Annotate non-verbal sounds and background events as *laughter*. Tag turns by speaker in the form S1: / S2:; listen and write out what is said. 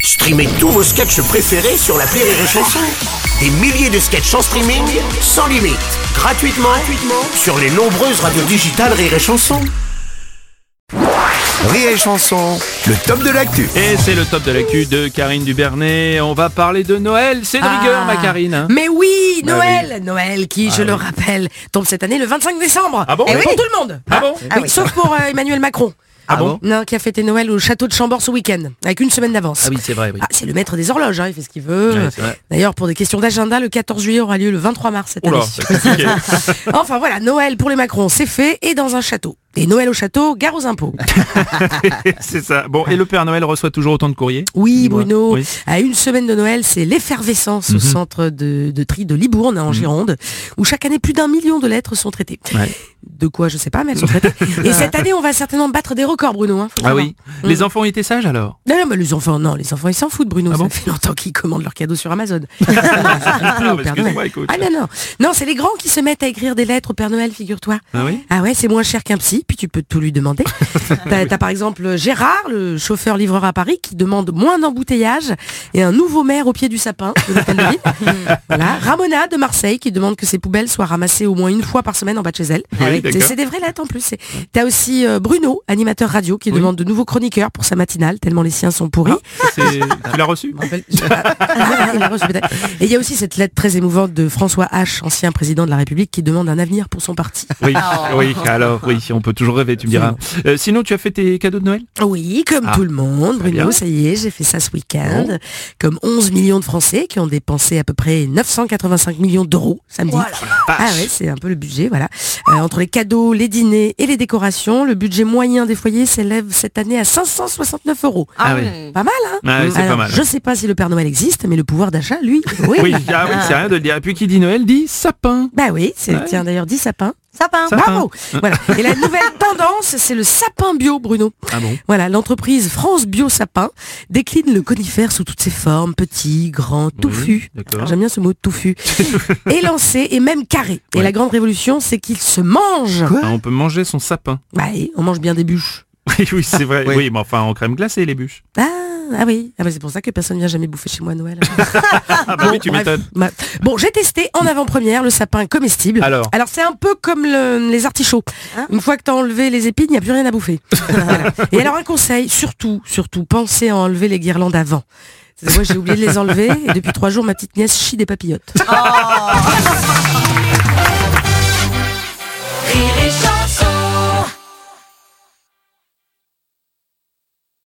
S1: Streamez tous vos sketchs préférés sur la Rire et Chanson. Des milliers de sketchs en streaming, sans limite, gratuitement, gratuitement sur les nombreuses radios digitales Rire et Chanson.
S2: Rire et chanson, le top de l'actu.
S3: Et c'est le top de l'actu de Karine Dubernet. On va parler de Noël. C'est de rigueur,
S4: Ah.
S3: ma Karine. hein.
S4: Mais oui,
S3: Bah
S4: Noël, Noël qui, je le rappelle, tombe cette année le 25 décembre.
S3: Ah bon
S4: Eh
S3: Mais
S4: oui,
S3: oui.
S4: Pour tout le monde.
S3: Ah bon
S4: oui, Sauf pour euh, Emmanuel Macron.
S3: Ah bon
S4: Non, qui a fêté Noël au château de Chambord ce week-end, avec une semaine d'avance.
S3: Ah oui, c'est vrai. Oui.
S4: Ah, c'est le maître des horloges, hein, il fait ce qu'il veut.
S3: Ouais, c'est vrai.
S4: D'ailleurs, pour des questions d'agenda, le 14 juillet aura lieu le 23 mars cette
S3: Oula,
S4: année.
S3: c'est compliqué.
S4: *laughs* Enfin voilà, Noël pour les Macron, c'est fait et dans un château. Et Noël au château, gare aux impôts.
S3: c'est ça. Bon, et le Père Noël reçoit toujours autant de courriers
S4: Oui,
S3: Dis-moi.
S4: Bruno,
S3: Oui. Mhm.
S4: à une semaine de Noël, c'est l'effervescence au centre de, de tri de Libourne, hein, en Gironde, où chaque année plus d'un million de lettres sont traitées.
S3: Ouais.
S4: De quoi, je sais pas, mais elles
S3: *laughs*
S4: sont traitées. Et cette année, on va certainement battre des records, Bruno. hein, faut
S3: Ah
S4: savoir.
S3: oui. Les enfants étaient sages alors
S4: Non, non, mais les enfants, non, les enfants, ils s'en foutent, Bruno.
S3: Ah
S4: ça
S3: bon
S4: fait longtemps qu'ils commandent leurs cadeaux sur
S3: *laughs*
S4: Amazon. Ils s'en foutent au Père
S3: bah, excuse-moi,
S4: Noël.
S3: écoute.
S4: ah non, non. Non, c'est les grands qui se mettent à écrire des lettres au Père Noël, figure-toi.
S3: Ah oui
S4: Ah ouais, c'est moins cher qu'un psy, puis tu peux tout
S3: *laughs*
S4: lui demander. T'as t'as par exemple Gérard, le chauffeur livreur à Paris, qui demande moins d'embouteillages et un nouveau maire au pied du sapin. de l'hôtel de ville.
S3: *laughs*
S4: voilà. Ramona de Marseille, qui demande que ses poubelles soient ramassées au moins une fois par semaine en bas de chez elle.
S3: Oui,
S4: C'est-
S3: d'accord.
S4: c'est des vraies lettres en plus. C'est- T'as aussi euh, Bruno, animateur radio, qui
S3: Oui.
S4: demande de nouveaux chroniqueurs pour sa matinale, tellement les siens sont pourris.
S3: C'est- Tu l'as reçu
S4: *laughs* Il a reçu peut-être. Et il y a aussi cette lettre très émouvante de François H, ancien président de la République, qui demande un avenir pour son parti.
S3: Oui, oui, alors oui, on peut toujours rêver, tu me diras. Euh, Ah. sinon, tu as fait tes cadeaux de Noël
S4: Oui, comme
S3: Ah,
S4: tout le monde,
S3: bien.
S4: Bruno, ça y est, j'ai fait ça ce week-end. Comme 11 millions de Français qui ont dépensé à peu près 985 millions d'euros samedi. Ah ouais, c'est un peu le budget, voilà. Euh, entre les cadeaux, les dîners et les décorations, le budget moyen des foyers s'élève cette année à 569 euros.
S3: Ah oui.
S4: Pas mal, hein
S3: Ah oui, c'est
S4: Alors,
S3: pas mal.
S4: Je sais pas si le Père Noël existe, mais le pouvoir d'achat, lui, oui.
S3: Oui, ah oui, c'est rien de le dire. Et puis qui dit Noël dit sapin.
S4: Bah oui, c'est
S3: Ouais.
S4: tiens d'ailleurs 10 sapins.
S5: Sapin.
S3: Sapin.
S4: Bravo Voilà. Et la nouvelle
S3: *laughs*
S4: tendance, c'est le sapin bio, Bruno.
S3: Ah bon
S4: Voilà, l'entreprise France Bio Sapin décline le conifère sous toutes ses formes, petit, grand, touffu.
S3: d'accord.
S4: Alors, J'aime bien ce
S3: *laughs*
S4: mot touffu. élancé et même carré. Et
S3: Ouais.
S4: la grande révolution, c'est qu'il se mange.
S3: Ah, On peut manger son sapin. *laughs*
S4: Bah, et on mange bien des bûches.
S3: Oui, oui, c'est vrai.
S2: Oui.
S3: Oui, mais enfin en crème glacée les bûches.
S4: Ah, ah oui, ah, bah, c'est pour ça que personne vient jamais bouffer chez moi à Noël.
S3: Ah bah oui, tu
S4: bref.
S3: m'étonnes.
S4: Bah, Bon, j'ai testé en avant-première le sapin comestible.
S3: Alors
S4: c'est un peu comme le- les artichauts.
S5: Hein
S4: Une fois que t'as enlevé les épines, il n'y a plus rien
S3: *laughs*
S4: à bouffer. Voilà. Et alors un conseil, surtout, surtout, pensez à enlever les guirlandes avant. C'est- Moi j'ai oublié de les enlever et depuis trois jours ma petite nièce chie des papillotes.
S5: Rire et chanson.